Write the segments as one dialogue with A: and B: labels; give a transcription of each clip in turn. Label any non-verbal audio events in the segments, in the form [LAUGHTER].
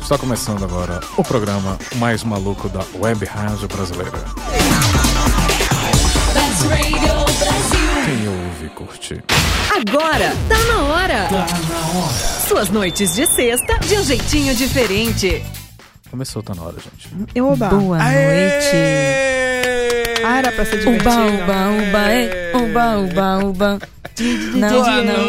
A: Está começando agora o programa mais maluco da Web Rádio Brasileira.
B: That's Radio Brasil.
A: Quem ouve, curte.
C: Agora tá na hora. Suas noites de sexta de um jeitinho diferente.
A: Começou, tá na hora, gente.
D: Eu oba.
E: Boa noite.
D: Ah, era pra ser divertido.
E: Uba, uba, uba, é. Uba, uba, uba. Não, não.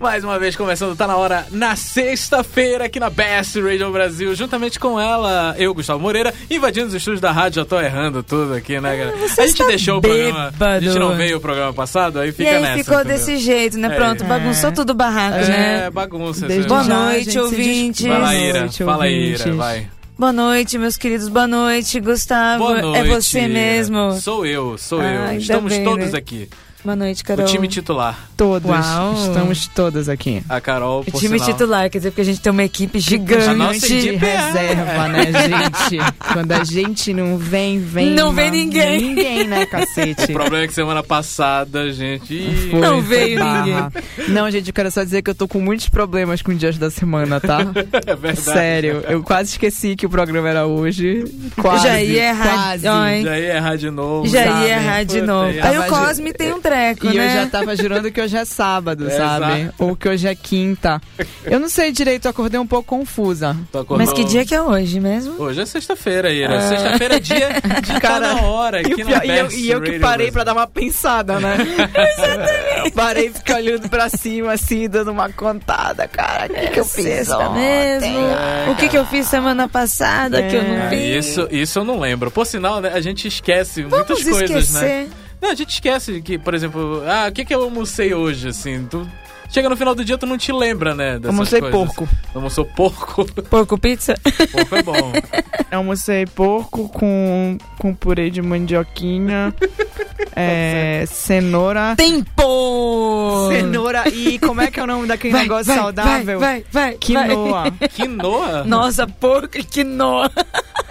A: Mais uma vez começando, tá na hora na sexta-feira aqui na Best Radio Brasil, juntamente com ela, eu, Gustavo Moreira, invadindo os estúdios da rádio, já tô errando tudo aqui, né, galera? a gente
E: É, está
A: deixou o programa, a gente
E: bêbado.
A: não veio o programa passado, aí
E: E
A: fica nessa.
E: aí ficou
A: entendeu?
E: desse jeito, né? Pronto, bagunçou tudo o barraco,
A: É,
E: né?
A: bagunça.
D: Desde
A: gente.
E: Boa
D: já,
E: noite,
D: gente, se
E: ouvintes.
D: desculpa.
A: Vai lá,
D: Boa
A: Ira,
D: noite,
A: fala Ira,
D: ouvintes.
A: vai.
E: Boa noite, meus queridos. Boa noite, Gustavo.
A: Boa noite.
E: É você mesmo.
A: Sou eu, sou
E: Ah,
A: eu.
E: ainda
A: Estamos
E: bem,
A: todos
E: né?
A: aqui.
E: Boa noite, Carol.
A: O time titular.
D: Todos.
E: Uau.
D: Estamos todas aqui.
A: A Carol,
E: O
A: por
E: time
A: sinal.
E: titular, quer dizer, porque a gente tem uma equipe gigante.
A: A nossa
D: De
A: equipe é-
D: reserva, né, gente? Quando a gente não vem, vem.
E: Não
D: uma-
E: vem ninguém.
D: Ninguém, né, cacete?
A: O problema é que semana passada, gente... ih,
D: Foi,
E: Não
D: foi
E: veio
D: barra.
E: ninguém.
D: Não, gente, eu quero só dizer que eu tô com muitos problemas com dias da semana, tá?
A: [LAUGHS] É verdade.
D: Sério, eu quase esqueci que o programa era hoje. Quase.
E: Já ia errar.
D: quase.
E: Ó, hein?
A: Já ia errar de novo.
E: Já
D: sabe?
E: ia errar de
A: né? Puta,
E: novo.
A: ia
E: Aí o
D: errar de-
E: Cosme tem um treco,
D: E eu
E: né?
D: já tava jurando que hoje é sábado,
A: [LAUGHS] É,
D: sabe?
A: exato.
D: Ou que hoje é quinta. Eu não sei direito, eu acordei um pouco confusa.
A: Tu acordou-
E: Mas que dia que é Ah. Tá hoje mesmo?
A: Hoje é sexta-feira, Ira. Sexta-feira é dia
E: [LAUGHS]
A: de cara [LAUGHS] na hora.
D: Então, E,
A: Aqui
D: o
A: na
D: pior- e eu,
A: Best
D: e eu que
A: Radio né?
D: parei pra
A: Brasil.
D: dar uma pensada,
A: [LAUGHS]
D: né? Exatamente. parei e fiquei olhando pra cima, assim, dando uma contada, cara. O que, que eu fiz?
E: É, Sexta mesmo? O que, que eu fiz semana passada que eu não
A: Ah,
E: fiz?
A: isso, isso eu não lembro. Por sinal, né, a gente esquece muitas
E: Vamos
A: coisas, né?
E: esquecer.
A: Não, a gente esquece que, por exemplo, ah, o que, que eu almocei hoje, assim? Tu... Chega no final do dia, tu não te lembra, né? Dessas
D: Almocei
A: coisas.
D: porco.
A: Almoçou porco.
E: Porco pizza?
A: porco é bom.
D: Almocei porco com, com purê de [LAUGHS] mandioquinha, é, cenoura.
E: Tempo!
D: Cenoura e como é que é o nome daquele negócio saudável?
E: Vai, vai, vai.
D: Quinoa.
A: Quinoa?
E: Nossa, porco e quinoa.
D: [LAUGHS]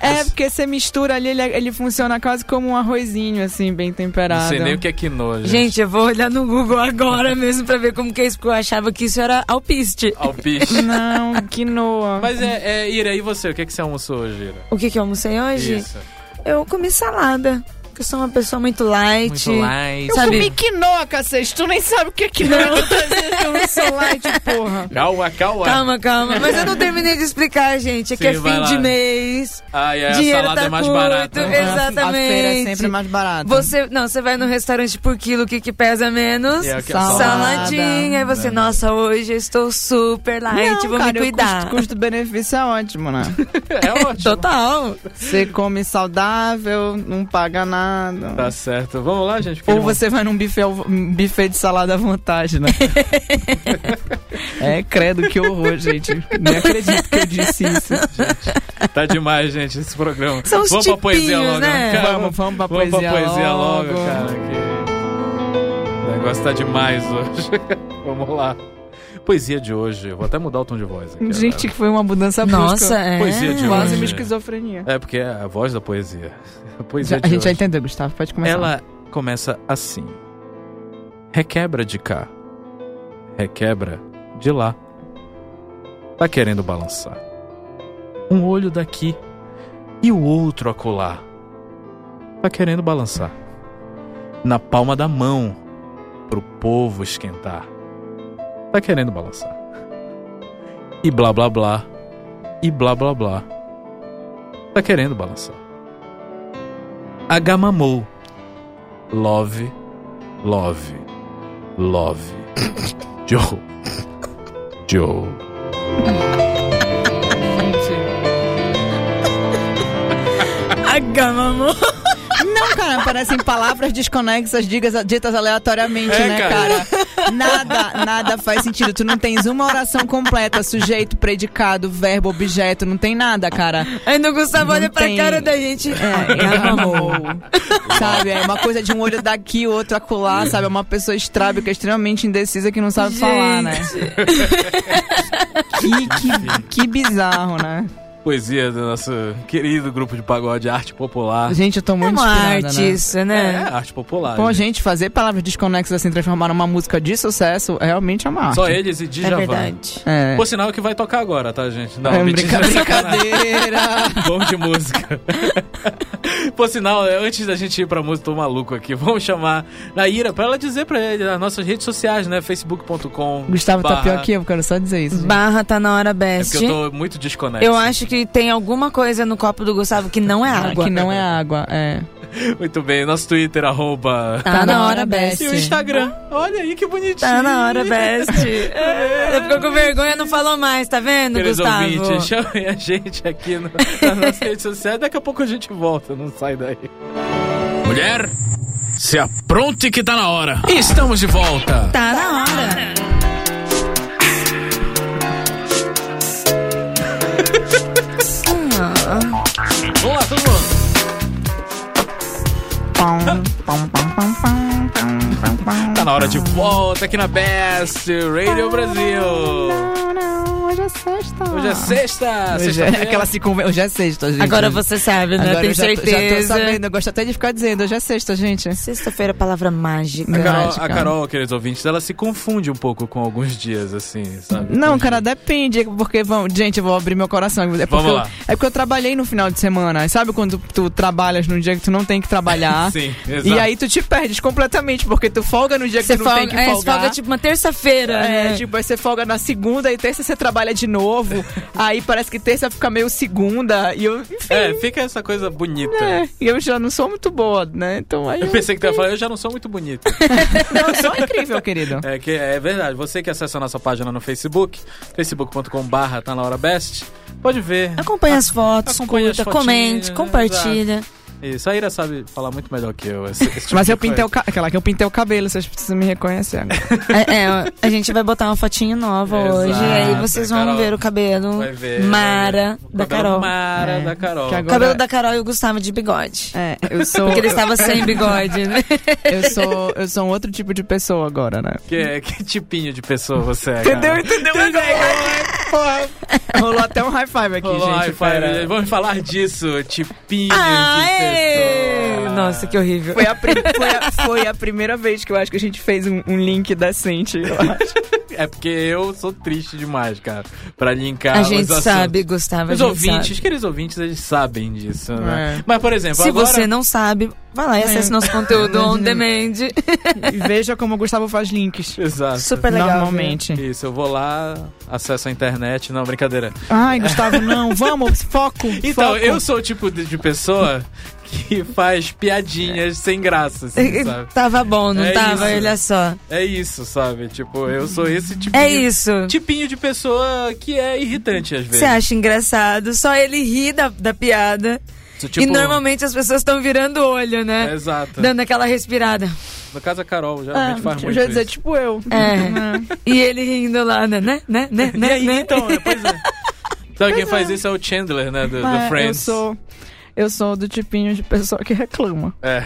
D: É, porque você mistura ali, ele, ele funciona quase como um arrozinho, assim, bem temperado.
A: Não sei nem o que é quinoa, gente.
E: Gente, eu vou olhar no Google agora mesmo pra ver como que é isso, porque eu achava que isso era alpiste.
A: Alpiste.
D: Não, quinoa.
A: Mas é, é, Ira, e você? O que, é que você almoçou hoje, Ira?
E: O que que eu almocei hoje?
A: Isso.
E: Eu comi salada, porque eu sou uma pessoa muito light.
A: Muito light.
D: Eu
E: sabe-
D: comi quinoa, cacete. Tu nem sabe o que é quinoa. Eu tô dizendo que eu não sou light, [LAUGHS] porra.
A: Calma, calma.
E: Calma, calma. Mas eu não terminei de explicar, gente. É que é
A: Sim, vai
E: fim
A: lá.
E: de mês.
A: Ai, ai, a
E: Dinheiro
A: salada
E: tá
A: é mais
E: curto,
A: barata.
D: A feira é
E: Exatamente.
D: sempre mais barata.
E: Você, não, você vai no restaurante por quilo, o que, que pesa menos?
A: E é aqui a
D: Salada.
E: Saladinha. Aí você, nossa, hoje eu estou super light,
D: não,
E: vou
D: cara,
E: me
D: eu
E: cuidar.
D: custo- Custo-benefício é ótimo, né?
A: É ótimo.
E: tá- Total.
A: É
D: Você come saudável, não paga nada.
A: Tá certo. Vamos lá, gente. porque
D: Ou
A: ele-
D: você vai num buffet, ao- um buffet de salada à vontade,
A: [LAUGHS]
D: né? é, credo, que horror, gente. Nem acredito que eu disse isso.
A: Tá demais, gente, esse programa.
E: São os
A: Vamos pra poesia
E: tipinhos,
A: logo.
E: né?
A: Cara,
D: Vamos, vamos pra
A: vamos
D: poesia,
A: pra poesia logo,
D: logo.
A: cara. Que... O negócio tá demais hoje. [LAUGHS] vamos lá. Poesia de hoje. Vou até mudar o tom de voz aqui.
D: Gente,
A: agora.
D: que foi uma mudança
E: Nossa,
D: brusca.
E: é.
A: Poesia de
D: Quase
A: hoje.
D: uma esquizofrenia.
A: É porque é a voz da poesia. [LAUGHS] A
D: Já-
A: poesia de
D: a gente
A: hoje.
D: já entendeu, Gustavo. Pode começar.
A: Ela começa assim: Requebra de cá, requebra de lá. Tá querendo balançar. Um olho daqui e o outro acolá. Tá querendo balançar. Na palma da mão, pro povo esquentar. Tá querendo balançar. E blá blá blá. E blá blá blá. Tá querendo balançar. Agamamou. Love, love, love. [LAUGHS] Joe. Joe.
E: A gama, amor.
D: Não, cara, parecem palavras desconexas, digas, ditas aleatoriamente,
A: É,
D: né,
A: cara?
D: cara? Nada, nada faz sentido. Tu não tens uma oração completa, sujeito, predicado, verbo, objeto, não tem nada, cara.
E: Ainda o Gustavo olha pra
D: tem.
E: cara da gente. Ah,
D: É, amor. [LAUGHS] sabe? É uma coisa de um olho daqui, outro acolá, sabe? É uma pessoa estrábica, extremamente indecisa que não sabe falar, né? Que, que, que bizarro, né?
A: poesia do nosso querido grupo de pagode Arte Popular.
D: Gente, eu tô
E: É
D: muito
E: uma
D: inspirada,
E: arte
D: né?
E: isso,
A: É,
E: né?
A: arte popular.
D: Pô,
A: gente.
D: gente, fazer palavras desconexas assim, transformar numa música de sucesso, é realmente é uma arte.
A: Só eles e
E: É,
A: Djavan.
E: verdade.
D: É.
A: Por sinal que vai tocar agora, tá, gente? Não,
D: É,
A: mentira,
D: brinca-
A: [LAUGHS]
D: brincadeira.
A: Bom de música. [LAUGHS] Por sinal, é, antes da gente ir pra música, tô maluco aqui. Vamos chamar Naira pra ela dizer pra ele as nossas redes sociais, né? Facebook.com.
D: [LAUGHS] Gustavo tá
A: barra-
D: pior que eu, eu quero só dizer isso. gente.
E: Barra tá na hora
A: É
E: best.
A: porque eu tô muito desconexo.
E: Eu acho que tem alguma coisa no copo do Gustavo que não é água.
D: Que não é água, é.
A: Muito bem, nosso Twitter, arroba.
E: Tá, na hora best.
A: E o Instagram. Olha aí que bonitinho.
E: Tá na
A: [LAUGHS]
E: hora best. É, Ele ficou com vergonha, não falou mais, tá vendo,
A: Queridos
E: Gustavo?
A: ouvintes, chamem a gente aqui no, nas nossas redes sociais. Daqui a pouco a gente volta, não sai daí. Mulher, se apronte que tá na hora. Estamos de volta.
E: Tá na hora.
A: Vamos lá, todo mundo.
D: Pão,
A: [LAUGHS]
D: pão, pão, pão, pão, pão, pão, pão.
A: Tá na hora de volta aqui na Best Radio Brasil.
D: Não, não, hoje é sexta.
A: Hoje é sexta.
D: Hoje é, [LAUGHS]
A: sexta-feira.
D: aquela se conven... Hoje é sexta, gente.
E: Agora você sabe, né?
D: Agora
E: Tem
D: eu já, tô- já tô
E: certeza.
D: sabendo, eu gosto até de ficar dizendo, hoje é sexta, gente.
E: Sexta-feira, é palavra mágica.
A: A Carol,
D: Verdade,
A: a
D: cara.
A: Carol, queridos ouvintes, ela se confunde um pouco com alguns dias, assim, sabe?
D: Não,
A: Com-
D: cara, depende, é porque, vamos, gente, eu vou abrir meu coração. É porque,
A: Vamos
D: eu,
A: lá.
D: é porque eu trabalhei no final de semana. Sabe quando tu, tu trabalhas num dia que tu não tem que trabalhar?
A: [LAUGHS] Sim,
D: E
A: exato.
D: aí tu te perdes completamente, porque tu folga no dia que
E: Você
D: tu não tem
E: folga,
D: que
E: é,
D: folgar.
E: você folga tipo uma terça-feira.
D: É,
E: né?
D: tipo, aí você folga na segunda e terça você trabalha de
A: [LAUGHS]
D: novo. aí parece que terça fica meio segunda. E eu, enfim,
A: É, fica essa coisa bonita.
D: é, e eu já não sou muito boa, né? Então aí.
A: Eu pensei que tu ia falar, eu já não sou muito bonita.
D: Não, eu sou incrível, querido.
A: [LAUGHS] É, que é verdade. Você que acessa a nossa página no Facebook, facebook.com/barra tá na hora best, pode ver.
E: Acompanha as fotos,
A: Acompanha as
E: curta,
A: fotinhas,
E: comente,
A: né?
E: compartilha.
A: Isso, a Ira sabe falar muito melhor que eu. esse- esse tipo
D: Mas
A: de
D: eu pintei
A: coisa.
D: o ca... aquela que eu pintei o cabelo, vocês precisam me reconhecer agora.
E: É, é, a gente vai botar uma fotinha nova
A: Exato,
E: hoje. Aí vocês vão
A: Carol.
E: ver o cabelo
A: Vai ver,
E: Mara
A: vai ver. O
E: da
A: cabelo
E: Carol.
A: Mara
D: É,
A: da Carol.
D: que
E: O
D: agora-
E: cabelo da Carol e o Gustavo de bigode.
D: É, eu sou.
E: [LAUGHS] Porque ele estava sem bigode, né?
D: Eu sou, eu sou um outro tipo de pessoa agora, né?
A: Que, que tipinho de pessoa você é,
D: Entendeu?
A: cara?
D: Entendeu? Porra. Rolou até um high five aqui,
A: Olá,
D: gente.
A: pai,
D: para-
A: Vamos falar disso, tipinho de
E: Ai,
A: pessoa.
E: Ah, é! Nossa, que horrível.
D: Foi a, pri- foi, a, foi a primeira vez que eu acho que a gente fez um, um link decente. eu acho.
A: É porque eu sou triste demais, cara, pra linkar
E: A
A: os
E: gente
A: assuntos.
E: sabe, Gustavo. A
A: Os
E: gente
A: ouvintes,
E: sabe.
A: queridos ouvintes, eles sabem disso, né?
D: É.
A: Mas, por exemplo,
E: Se
A: agora... É.
E: você não sabe, vai lá e acesse nosso
A: [LAUGHS]
E: conteúdo on demand.
D: E veja como o Gustavo faz links.
A: Exato.
E: Super legal.
D: Normalmente.
A: Isso, eu vou lá, acesso a internet. Não, brincadeira.
D: Ai, Gustavo, não. Vamos, foco.
A: Então,
D: foco.
A: eu sou o tipo de, de pessoa [LAUGHS] que faz
D: É.
A: piadinhas sem graça, assim, sabe?
E: tava bom, não
A: É
E: tava?
A: isso.
E: Olha só.
A: É isso, sabe? Tipo, eu sou esse tipo
E: É isso.
A: tipinho de pessoa que é irritante às vezes.
E: Você acha engraçado, só ele ri da, da piada.
A: Isso, tipo,
E: E normalmente as pessoas estão virando o olho,
A: é,
E: né?
A: exato.
E: Dando aquela respirada.
A: No caso, a Carol
D: É.
A: geralmente faz
D: Ah, eu
A: muito
D: já ia dizer,
A: isso.
D: tipo eu.
E: É. e ele rindo lá, né? Né? Né? Né?
A: E aí,
E: né?
A: então, é, pois é.
D: [LAUGHS]
A: Sabe quem faz isso é o Chandler, né? Do, do
D: Ah, eu
A: Friends.
D: sou. Eu sou do tipinho de pessoa que reclama.
A: É.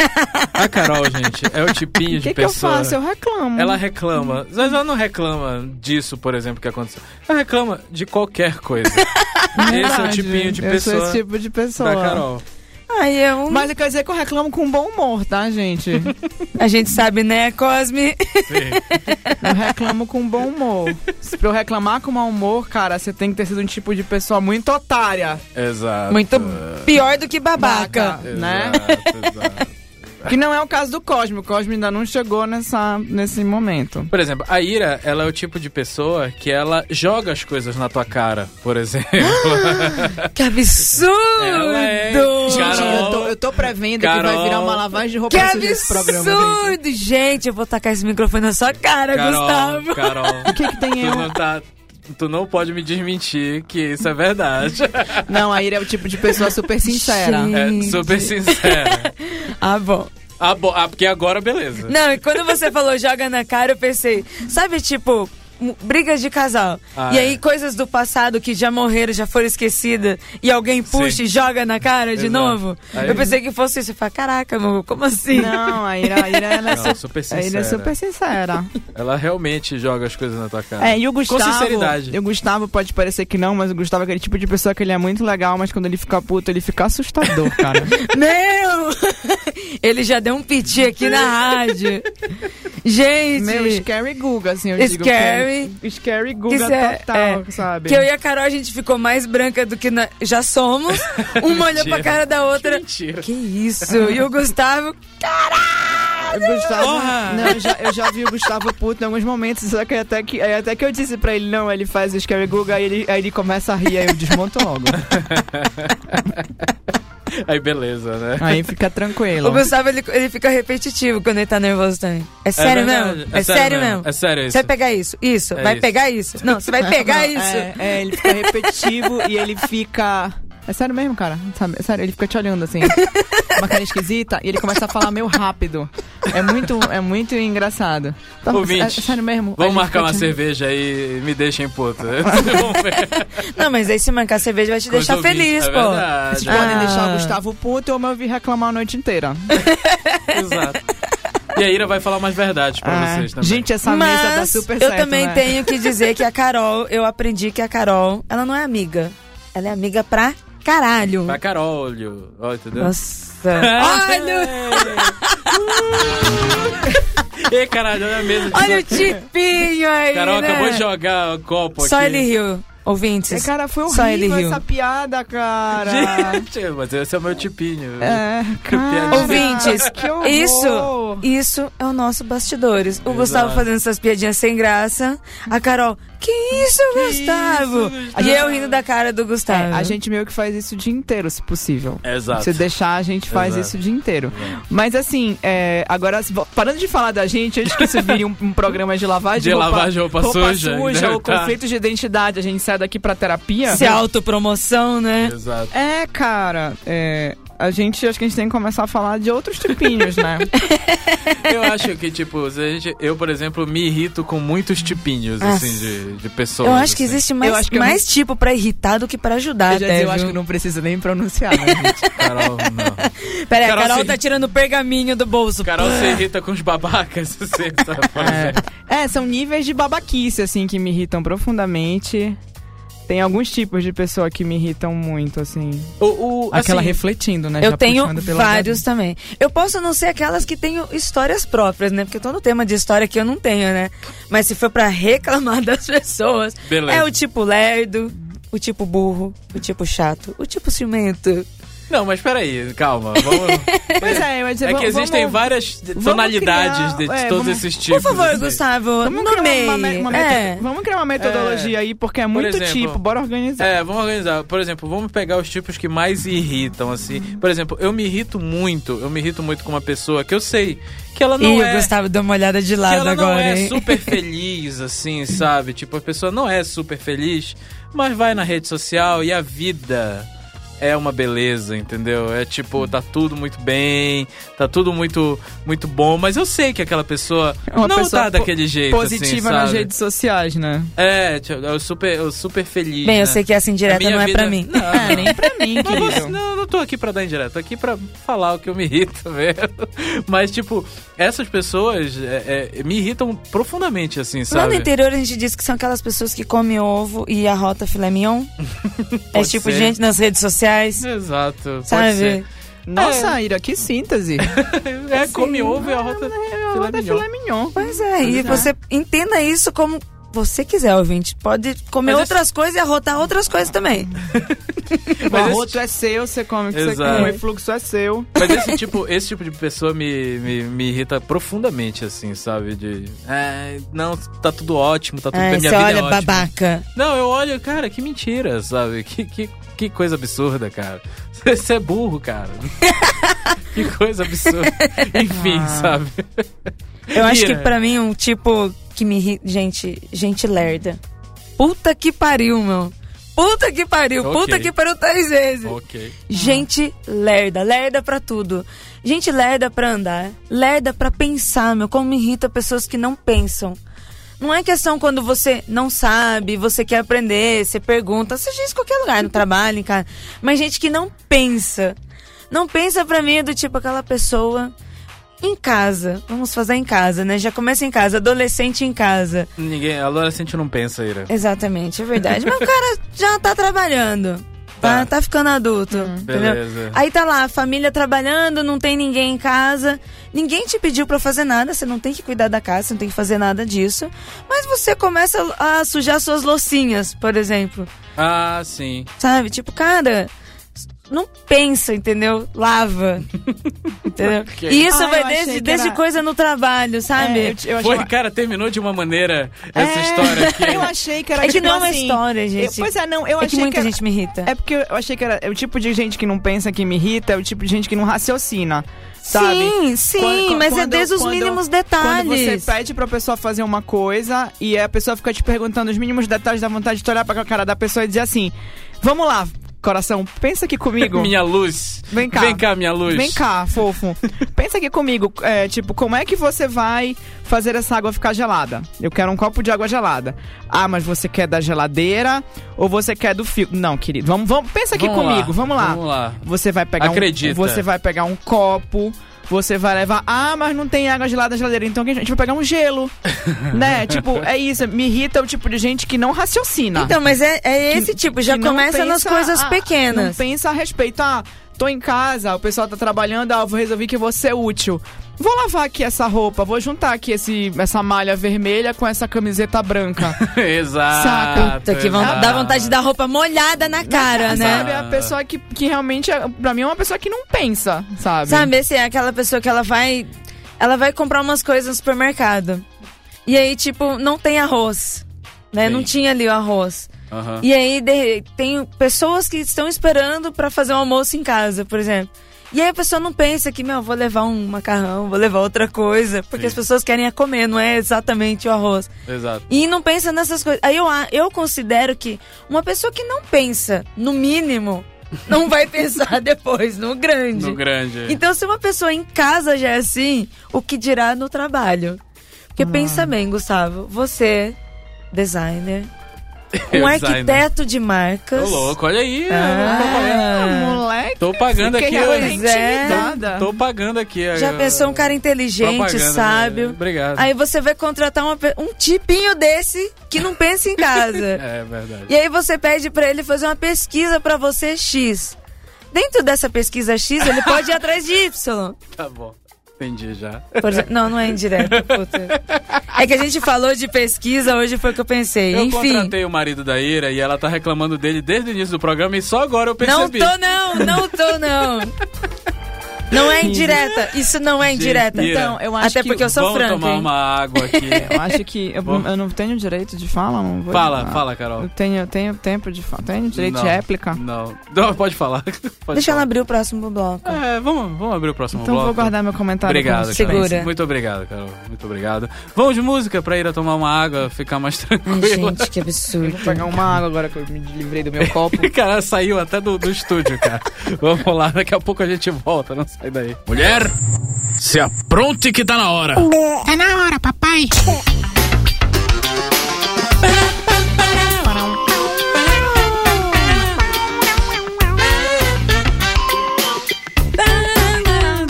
A: [LAUGHS] A Carol, gente, é o
D: [LAUGHS]
A: tipinho
D: O
A: de
D: que, que eu
A: pessoa.
D: faço? Eu reclamo.
A: Ela é reclama. Mas ela não reclama disso, por exemplo, que aconteceu. Ela reclama de qualquer
D: [LAUGHS]
A: coisa. esse é o
D: Verdade.
A: tipinho de
D: Eu sou
A: pessoa
D: esse tipo de pessoa.
A: da Carol.
E: Ai, eu.
D: Mas eu quero dizer que eu reclamo com bom humor, tá, gente?
E: A gente sabe, né, Cosme?
D: Eu reclamo com bom humor. Se pra eu reclamar com mau humor, cara, você tem que ter sido um tipo de pessoa muito otária.
A: Exato.
E: Muito
A: Ah.
E: pior do que babaca.
D: Baca, né?
A: [LAUGHS] exato.
D: Que não é o caso do Cosme. O Cosme ainda não chegou nessa, nesse momento.
A: Por exemplo, a Ira, ela é o tipo de pessoa que ela joga as coisas na tua cara, por
D: [LAUGHS]
A: exemplo.
E: Que absurdo!
A: Ela é- Cara,
D: Gente, eu tô, eu tô prevendo que vai
A: Carol.
D: virar uma lavagem de roupa
E: Que
D: suja esse programa, gente.
E: absurdo! Gente, eu vou tacar esse microfone na sua cara, Gustavo.
A: Carol,
D: O que que tem um?
A: tu
D: eu?
A: não tá... Tu não pode me desmentir que isso é verdade.
D: Não, a Ira é o tipo de pessoa super sincera.
E: Gente.
A: [LAUGHS] É super sincera.
E: Ah, bom.
A: Ah, bo- ah, porque agora beleza.
E: Não, e quando você falou joga na cara, eu pensei, sabe, tipo, mu- brigas de casal.
A: Ah,
E: e
A: é.
E: aí coisas do passado que já morreram, já foram esquecidas, e alguém puxa
A: Sim.
E: e joga na cara de
A: Exato.
E: novo.
A: Aí-
E: Eu pensei que fosse isso. Eu falei, caraca, meu, como assim?
D: Não, a Ira, a Ira, ela é
A: Não,
D: super,
A: super
D: a Ira é
A: sincera.
D: super sincera.
A: Ela realmente joga as coisas na tua cara.
D: É, e o Gustavo.
A: sinceridade.
D: E o Gustavo pode parecer que não, mas o Gustavo é aquele tipo de pessoa que ele é muito legal, mas quando ele fica puto, ele fica assustador, cara.
E: [LAUGHS] Meu! [LAUGHS] Ele já deu um piti
D: [LAUGHS]
E: aqui na rádio. Gente,
D: [LAUGHS] Meu, Scary Guga, assim, eu digo.
E: Scary.
D: que é- Scary Guga
E: Isso é-
D: total,
E: é.
D: sabe?
E: que eu e a Carol a gente ficou mais branca do que na- já
A: [LAUGHS]
E: somos. Uma olhou pra
A: Mentira.
E: cara da outra.
A: Mentira.
E: Que isso? E o Gustavo.
D: O Gustavo,
A: Porra!
D: não, eu, já, eu já vi o Gustavo puto em alguns momentos, só que até que, aí até que eu disse pra ele, não, ele faz o Scary Guga, aí ele, aí ele começa a rir, aí eu desmonto logo.
A: Aí beleza, né?
D: aí fica
E: O
D: tranquilo.
E: Gustavo ele, ele fica repetitivo quando ele tá nervoso também. É sério
A: verdade,
E: mesmo? É, sério mesmo?
A: É sério isso.
E: Você vai pegar isso, isso,
A: É
E: vai
A: isso.
E: pegar isso. Não, você vai
D: Não,
A: [LAUGHS]
E: pegar
D: é-
E: isso.
D: É, ele fica
E: [LAUGHS]
D: repetitivo e ele fica. É sério mesmo, cara? Sabe? É sério, ele fica te olhando assim. Uma cara esquisita e ele começa a falar meio rápido. É muito, é muito engraçado. Tá,
A: Ouvinte,
D: é, é sério mesmo? Aí
A: Vamos
D: ele
A: marcar
D: fica
A: uma
D: te-
A: cerveja aí e me deixem puta.
E: [LAUGHS]
A: Vamos ver.
E: Não, mas aí se mancar cerveja vai te
A: com os
E: deixar
A: ouvintes.
E: feliz,
A: é
E: pô.
A: Verdade,
E: [LAUGHS]
D: Podem
E: Ah.
D: deixar o Gustavo puto ou eu vir reclamar a noite inteira.
A: é, Exato. E a Ira vai falar mais verdade pra
D: Ah,
A: vocês também.
D: gente, essa
E: Mas
D: mesa dá super
E: eu
D: certo,
E: também
D: né?
E: tenho que dizer
D: [LAUGHS]
E: que a Carol, eu aprendi que a Carol, ela não é amiga. Ela é amiga pra caralho.
A: Pra Carolho. Ó, entendeu? [LAUGHS] É,
E: Nossa. Olha,
A: Ei, caralho, olha a mesa. de
E: olha o
A: novo.
E: tipinho aí,
A: [LAUGHS] Carol
E: né?
A: acabou de jogar um o copo
E: Só
A: aqui.
E: ele riu, ouvintes.
D: É, Cara, foi
E: Só ele
D: horrível
E: riu.
D: essa piada,
E: né?
D: cara.
A: Gente, mas esse é o meu tipinho.
D: É, cara.
E: Ouvintes,
D: que horror.
E: Isso, isso é o nosso bastidores. O Gustavo fazendo essas piadinhas sem graça. A Carol, que isso, Gustavo? E eu rindo da cara do Gustavo.
D: É, A gente meio que faz isso o dia inteiro, se possível.
A: Exato.
D: Se deixar, a gente faz
A: Exato.
D: isso o dia inteiro. Mas assim, é, agora, se- parando de falar da gente, antes que isso vire um, um programa de lavagem
A: De lavagem de roupa suja, né?
D: ou
A: Tá.
D: conflitos de identidade, a gente sai daqui pra terapia.
E: Se é autopromoção, né?
A: Exato.
D: É, cara, é, a gente, acho que a gente tem que começar a falar de outros tipinhos, [LAUGHS] né?
A: Eu acho que, tipo, se a gente, eu, por exemplo, me irrito com muitos tipinhos,
E: Ah,
A: assim, de, de pessoas.
E: Eu acho que
A: assim.
E: existe mais,
D: Eu acho que eu
E: mais tipo pra irritar do que pra ajudar,
D: eu já disse,
E: até,
D: eu acho
E: viu?
D: que não precisa nem pronunciar. né, gente?
A: Carol,
E: [LAUGHS]
A: não.
E: Peraí,
A: Carol
E: a Carol
A: se-
E: tá tirando o pergaminho do bolso.
A: Carol se irrita com os babacas, [LAUGHS] assim, sabe? Por exemplo.
D: [LAUGHS] é. É, são níveis de babaquice, assim, que me irritam profundamente. Tem alguns tipos de pessoa que me irritam muito, assim.
A: O, o,
D: Aquela
A: assim,
D: refletindo, né?
E: Eu
D: já
E: tenho
D: puxando pela
E: vários também. Eu posso não ser aquelas que tenho histórias próprias, né? Porque eu tô no tema de história que eu não tenho, né? Mas se for pra reclamar [LAUGHS] das pessoas,
A: Beleza.
E: é o tipo lerdo, o tipo burro, o tipo chato, o tipo cimento.
A: Não, mas peraí, calma.
E: [LAUGHS]
A: Vamos...
D: Pois é, mas
A: É que existem várias tonalidades
D: criar-
A: de, de
D: é,
A: todos
D: vamos-
A: esses tipos.
E: Por favor,
A: assim.
E: Gustavo,
D: Vamos criar, uma,
E: nomeie.
D: me- uma
E: É.
D: meto- vamos criar uma metodologia aí, porque é muito
A: exemplo,
D: tipo, bora organizar.
A: É, vamos organizar. Por exemplo, vamos pegar os tipos que mais irritam, assim. Por exemplo, eu me irrito muito, eu me irrito muito com uma pessoa que eu sei que ela não
E: Ih,
A: é.
E: o Gustavo deu uma olhada de
A: que
E: lado
A: ela
E: agora,
A: não é
E: hein? [LAUGHS]
A: super feliz, assim, sabe? Tipo, a pessoa não é super feliz, mas vai na rede social e a vida é uma beleza, entendeu? É tipo, tá tudo muito bem, tá tudo muito muito bom, mas eu sei que aquela pessoa
E: É
D: Uma
A: não
D: pessoa
A: tá daquele jeito, assim,
D: Positiva
A: sabe?
D: nas redes sociais, né?
A: É, tipo, eu super, eu super feliz.
E: Bem,
A: né?
E: eu sei que é essa
A: A
E: indireta
A: minha
E: não é
A: vida-
E: pra mim.
A: Não, não.
D: Ah, nem pra mim,
A: Mas você-
D: querido.
A: não, eu não tô aqui pra dar indireta, tô aqui pra falar o que eu me irrito [LAUGHS] mesmo. Mas, tipo, essas pessoas é, é, me irritam profundamente, assim,
E: Lá no
A: sabe?
E: interior a gente diz que são aquelas pessoas que comem ovo e arrota filé
A: [LAUGHS]
E: mignon. é
A: Pode
E: tipo
A: ser.
E: de gente nas redes sociais,
A: [LAUGHS] Exato. pode
E: sabe?
A: ser.
D: Nossa, Ira, que
E: [LAUGHS]
D: síntese.
A: É, come ovo e a rota.
D: Ela
A: filé
D: da
A: mignon.
D: filé mignon.
E: Pois é, e você entenda isso como você quiser, ouvinte. Pode comer
A: Mas
E: outras coisas e arrotar outras coisas também.
D: O
A: esse-
D: arroto é seu, você come o que você
A: Exato.
D: come, o refluxo é seu.
A: Mas esse tipo, esse tipo de pessoa me, me, me irrita profundamente, assim, sabe? De. É, não, tá tudo ótimo, tá tudo
E: Ai,
A: bem,
E: você
A: minha vida
E: olha,
A: é ótima.
E: babaca.
A: Não, eu olho, cara, que mentira, sabe? Que, que, que coisa absurda, cara. [LAUGHS] Você é burro, cara. que coisa absurda. Enfim, sabe?
E: Eu acho que
A: Ira.
E: pra mim um tipo que me ri... gente, gente lerda. Puta que pariu, meu. Puta que pariu,
A: Ok.
E: puta que pariu três vezes.
A: Ok.
E: Gente lerda, lerda pra tudo. Gente lerda pra andar, lerda pra pensar, meu. Como me irrita pessoas que não pensam. Não é questão quando você não sabe, você quer aprender, você pergunta, seja isso em qualquer lugar, no trabalho, em casa. Mas gente que não pensa. Não pensa pra mim é do tipo aquela pessoa em casa. Vamos fazer em casa, né? Já começa em casa, adolescente em casa.
A: Ninguém, adolescente não pensa, Ira.
E: Exatamente, é verdade. Mas o cara já tá trabalhando. Tá,
A: Tá.
E: tá ficando adulto. Entendeu?
A: Beleza.
E: Aí tá lá, a família trabalhando, não tem ninguém em casa. Ninguém te pediu pra fazer nada, você não tem que cuidar da casa, você não tem que fazer nada disso. Mas você começa a sujar suas loucinhas, por exemplo.
A: Ah, sim.
E: Sabe? Tipo, cara, não pensa, entendeu?
D: [LAUGHS]
E: Lava. entendeu?
A: Ok.
E: E isso
D: Ah,
E: vai
D: eu achei
E: desde,
D: que
E: desde
D: era-
E: coisa no trabalho, sabe?
D: É, eu, eu achei, É.
A: Foi, cara, terminou de uma maneira essa
D: [LAUGHS]
A: história aqui.
D: eu achei que era
E: É que
D: tipo
E: não é uma
D: assim,
E: história, gente.
D: eu- pois é, não, eu
E: é
D: achei
E: que muita
D: era-
E: gente me irrita.
D: É porque eu achei que era é o tipo de gente que não pensa que me irrita, é o tipo de gente que não raciocina, sabe?
E: Sim, sim,
D: Quando-
E: mas é
D: quando-
E: desde os
D: quando-
E: mínimos
D: Quando você
E: detalhes.
D: pede pra pessoa fazer uma coisa e a pessoa fica te perguntando os mínimos detalhes, dá vontade de tu olhar pra cara da pessoa e dizer assim: Vamos lá, coração, pensa aqui comigo.
A: [LAUGHS] Minha luz.
D: Vem cá.
A: Vem cá, minha luz.
D: Vem cá,
A: [LAUGHS]
D: fofo. Pensa aqui comigo, é, tipo, como é que você vai fazer essa água ficar gelada? Eu quero um copo de água gelada. Ah, mas você quer da geladeira ou você quer do fio? Não, querido. Vamos, vamos, pensa aqui
A: Vamos
D: comigo.
A: lá,
D: Vamos lá.
A: Vamos lá. [LAUGHS]
D: Você vai pegar
A: Acredita.
D: um você vai pegar um copo, você vai levar, ah, mas não tem água gelada na geladeira, então a gente vai pegar um gelo. né? Tipo, é isso, me irrita o tipo de gente que não raciocina.
E: Então, mas é, é esse
D: Que-
E: tipo, já
D: que não
E: começa nas
D: pensa
E: coisas
D: a- Não
E: pequenas.
D: pensa a respeito. Ah, tô em casa, o pessoal tá trabalhando, ah, eu vou resolver que eu vou ser útil. Vou lavar aqui essa roupa, vou juntar aqui esse, essa malha vermelha com essa camiseta branca.
A: Exato.
E: Puta, que vão,
A: exato.
E: dá vontade de dar roupa molhada na cara,
D: É Sabe?
E: [LAUGHS] né?
D: A pessoa que, que realmente, é- pra mim, é uma pessoa que não pensa, sabe?
E: Sabe, assim, é aquela pessoa que ela vai. Ela vai comprar umas coisas no supermercado. E aí, tipo, não tem arroz. Né?
A: Sim.
E: Não tinha ali o arroz.
A: Aham.
E: E aí, de- tem pessoas que estão esperando pra fazer um almoço em casa, por exemplo. E aí a pessoa não pensa que, meu, vou levar um macarrão, vou levar outra coisa. Porque
A: Sim.
E: as pessoas querem a comer, não é exatamente o arroz.
A: Exato.
E: E não pensa nessas coisas. Aí eu, a- eu considero que uma pessoa que não pensa, no mínimo, não vai [LAUGHS] pensar depois, no grande.
A: No grande.
E: Então, se uma pessoa em casa já é assim, o que dirá no trabalho? Porque pensa bem, Gustavo, você, designer,
A: [LAUGHS]
E: um
A: Designer.
E: arquiteto de
A: Tô
E: marcas.
A: louco, olha aí.
D: Ah,
E: Ah,
D: moleque.
A: Tô pagando
D: fiquei
A: aqui. né? Tá,
D: realmente
E: Pois é.
D: intimidada.
A: Tô pagando aqui. a-
E: já pensou um cara inteligente,
A: propaganda, né?
E: sábio?
A: Obrigado.
E: Aí você vai contratar uma pe- um tipinho desse que não pensa em
A: [LAUGHS]
E: casa.
A: É verdade.
E: E aí você pede pra ele fazer uma pesquisa pra você X. Dentro dessa pesquisa X, ele [LAUGHS] pode ir atrás de Y.
A: Tá bom. Entendi já.
E: Por exemplo- não, não é indireto. Puta. É que a gente falou de pesquisa, hoje foi o que eu pensei.
A: Eu
E: Enfim.
A: contratei o marido da Ira e ela tá reclamando dele desde o início do programa e só agora eu
E: Não
A: percebi.
E: tô, é não, não tô, não. Não é indireta. Isso não é indireta.
A: Gente,
D: Então, eu acho
E: Até
D: que
E: porque eu sou
A: Vamos
E: franca.
A: tomar
E: hein?
A: uma água aqui.
E: [LAUGHS]
D: Eu acho que eu,
A: Bom.
D: eu não tenho direito de fala, não vou
A: fala,
D: falar.
A: fala,
D: Eu
A: Carol.
D: tenho, eu tenho tempo de falar. Tenho direito
A: Não.
D: de réplica.
A: Não. Não, pode falar. [LAUGHS] Pode
E: Deixa ela
A: falar.
E: abrir o próximo bloco.
A: É, vamos, vamos abrir o próximo
D: Então
A: bloco.
D: vou guardar meu comentário.
A: Obrigado,
D: pra
E: Segura.
A: Carol. Muito obrigado, Carol. Muito obrigado. Vamos de música pra ir a tomar uma água, ficar mais [LAUGHS]
E: Ai,
A: tranquilo.
E: gente, que absurdo.
D: Vou pegar uma água agora que eu me livrei do
A: [LAUGHS]
D: meu copo.
A: Cara, saiu até do, do estúdio,
E: [LAUGHS]
A: cara. Vamos lá, daqui a pouco a gente volta, não sai daí. Uh,
F: Mulher, se apronte que tá na hora.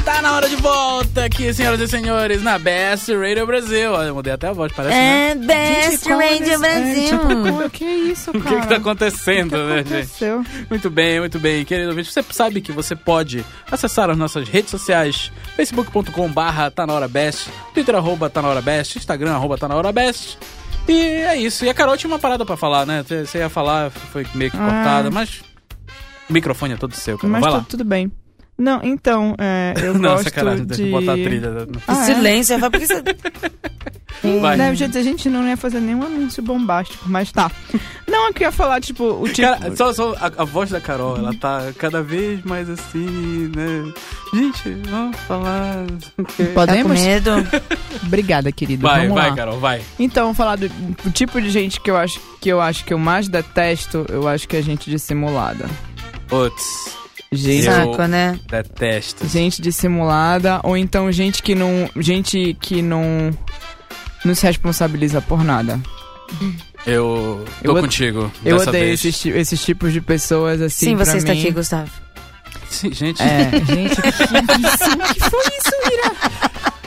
A: Tá na hora de volta aqui, senhoras e senhores, na Best Radio Brasil. Olha, eu mudei até a voz, parece. né?
E: É Best Radio [LAUGHS] Brasil.
D: É, tipo, que isso,
E: É,
D: cara?
A: [LAUGHS] O que, que tá acontecendo, né, gente?
D: aconteceu?
A: Muito bem, muito bem, querido ouvinte. Você sabe que você pode acessar as nossas redes sociais, facebook.com barra tá na hora best, twitter arroba tá na hora best, instagram arroba tá na hora best. E é isso. E a Carol tinha uma parada pra falar, né? Você ia falar, foi meio que cortada, mas o microfone é todo seu, Carol.
D: Ah. Mas
A: Vai
D: tá
A: lá.
D: tudo bem. Não, então, é, eu
A: [LAUGHS] Não,
D: gosto
A: sacanagem,
D: de...
A: deixa eu botar a trilha. né?
D: Ah, é?
E: Silêncio, eu falo, por que você
A: Vai.
D: Não, gente, a gente não ia fazer nenhum anúncio bombástico, mas tá. Não, eu queria falar, tipo, o tipo...
A: Cara, só, só a, a voz da Carol, ela tá cada vez mais assim, né? Gente, vamos falar.
E: tá com
D: Podemos?
E: [LAUGHS] medo?
D: Obrigada, querido.
A: Vai,
D: Vamos
A: vai,
D: lá.
A: Carol, vai.
D: Então, falar do o tipo de gente que eu acho que eu acho que eu mais detesto, eu acho que é gente dissimulada.
A: Putz,
D: Gente,
A: Eu-
E: Saco, né?
A: detesto.
D: gente dissimulada ou então gente que não, gente que não não se responsabiliza por nada.
A: Eu
D: Eu
A: tô
D: ode-
A: contigo.
D: Eu
A: dessa
D: odeio
A: vez.
D: esses, ti- esses tipos de pessoas assim.
E: Sim,
D: pra
E: você está
D: mim.
E: aqui, Gustavo.
A: Sim, [LAUGHS] gente,
D: É, gente, que isso? que foi isso, Ira?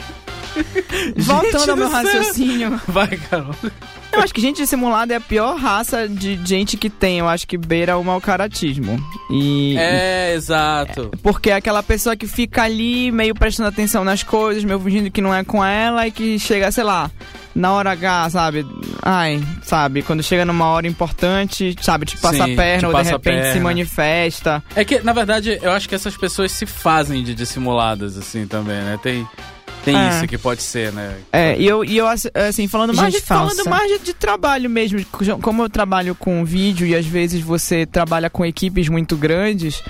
D: Voltando
A: Gente
D: ao meu
A: do céu.
D: raciocínio.
A: [LAUGHS] vai, Carol.
D: Eu acho que gente dissimulada é a pior raça de gente que tem. Eu acho que beira o mau caratismo. E.
A: É, exato.
D: Porque é aquela pessoa que fica ali meio prestando atenção nas coisas, meio fingindo que não é com ela e que chega, sei lá, na hora H, sabe? Ai, sabe? Quando chega numa hora importante, sabe? Te passa
A: Sim,
D: a perna
A: te
D: ou
A: passa
D: de
A: a
D: repente se
A: perna.
D: manifesta.
A: É que, na verdade, eu acho que essas pessoas se fazem de dissimuladas, assim, também, né? Tem, tem
D: É.
A: isso que pode ser, né?
D: É, e eu, e eu ass- assim, falando mais, de,
E: Gente
D: falando
E: falsa.
D: mais de, de trabalho mesmo, de co- como eu trabalho com vídeo e às vezes você trabalha com equipes muito grandes,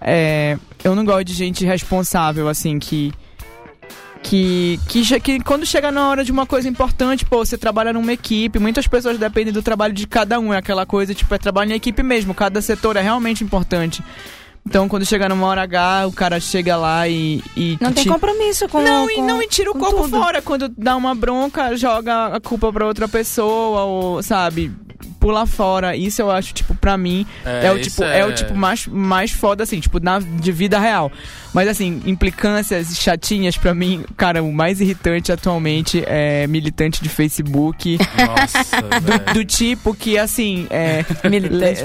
D: é, eu não gosto de gente responsável, assim, que. Que, que, che- que quando chega na hora de uma coisa importante, pô, você trabalha numa equipe, muitas pessoas dependem do trabalho de cada um, é aquela coisa, tipo, é trabalho em equipe mesmo, cada setor é realmente importante. Então, quando chega numa hora H, o cara chega lá e. e
E: Não tem
D: te-
E: compromisso com
D: não, e
E: com-
D: não, e tira o
E: com
D: corpo
E: tudo.
D: fora quando dá uma bronca, joga a culpa pra outra pessoa, ou, sabe, pula fora. Isso eu acho, tipo, pra mim, é, o
A: isso
D: tipo, é... o tipo mais, mais foda, assim, tipo, na, de vida real. Mas assim, implicâncias chatinhas, pra mim, cara, o mais irritante atualmente é militante de Facebook.
A: Nossa, velho.
D: [LAUGHS]
E: [LAUGHS]
D: do tipo que, assim, é.
E: Militante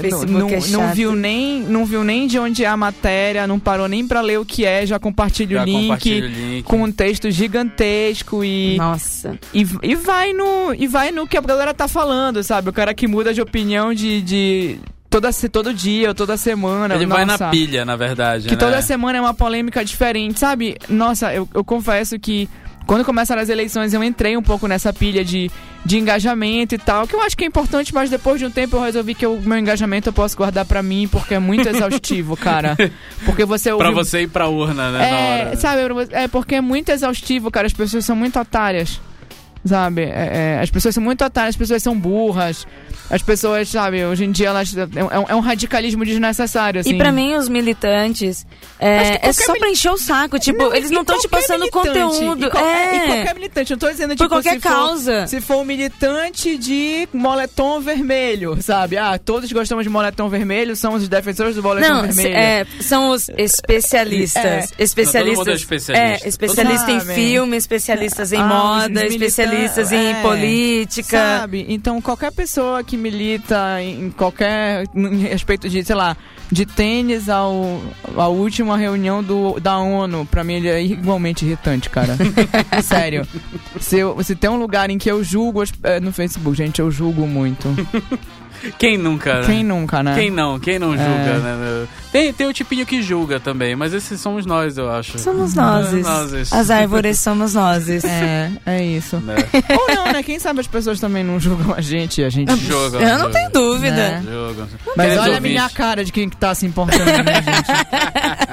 D: le-
E: Facebook
D: não,
E: é
D: não
E: chato.
D: viu nem, não viu nem de onde é a matéria, não parou nem pra ler o que é, já compartilha
A: Já
D: o link
A: compartilha o link.
D: com um texto gigantesco e,
E: Nossa.
D: e, e vai no e vai no que a galera tá falando, sabe? O cara que muda de opinião de, de toda se- todo dia ou toda semana.
A: Ele vai
D: nossa.
A: na pilha, na verdade,
D: Que
A: né?
D: toda semana é uma polêmica diferente, sabe? Nossa, eu, eu confesso que quando começaram as eleições eu entrei um pouco nessa pilha de, de engajamento e tal, que eu acho que é importante, mas depois de um tempo eu resolvi que o meu engajamento eu posso guardar pra mim, porque é
A: [LAUGHS]
D: muito exaustivo, cara. Porque você
A: Pra
D: ouve
A: você ir pra urna, né? na hora,
D: é,
A: né?
D: sabe, é porque é muito exaustivo, cara. As pessoas são muito otárias. Sabe? É, é, as pessoas são muito otárias, as pessoas são burras. As pessoas, sabe, hoje em dia elas. É, um- é um radicalismo desnecessário, assim.
E: E pra mim, os militantes, é, é só pra encher o saco. Tipo, eles
D: e
E: não estão te
D: qualquer
E: passando
D: militante,
E: conteúdo.
D: E, qual- e
E: é.
D: qualquer militante, eu não tô dizendo
E: Por
D: tipo,
E: qualquer
D: se for-
E: causa.
D: se for um militante de moletom vermelho, sabe? Ah, todos gostamos de moletom vermelho, são os defensores do moletom
E: Não,
D: vermelho.
E: é, são os especialistas.
A: Não, todo mundo é
E: Especialistas.
A: especialista.
E: é, especialista em
D: Sabe.
E: filme, especialistas em
D: Ah, os
E: moda,
D: militan-
E: especialistas em
D: é.
E: política.
D: Sabe? Então, qualquer pessoa que milita em qualquer. em respeito de, sei lá, de tênis ao, à última reunião do, da ONU, pra mim ele é igualmente irritante, cara. Sério. Se, eu- se tem um lugar em que eu julgo. as- é, no Facebook, gente, eu julgo muito.
A: Quem nunca, né?
D: Quem nunca, né?
A: Quem não? Quem não julga,
D: É.
A: né? Tem, tem o tipinho que julga também, mas esses somos nós, eu acho.
E: Somos nós.
A: Nozes.
E: As árvores somos nós.
D: É, é
A: [LAUGHS]
D: isso.
A: Né?
D: Ou não, né? Quem sabe as pessoas também não julgam a gente e a
A: [LAUGHS]
D: gente.
A: Julgam,
E: Eu não
A: julgam,
E: tenho
D: Né?
E: dúvida.
A: julgam.
D: Mas
A: Queridos
D: olha a minha
A: ouvintes,
D: cara de quem que tá se importando, né, gente?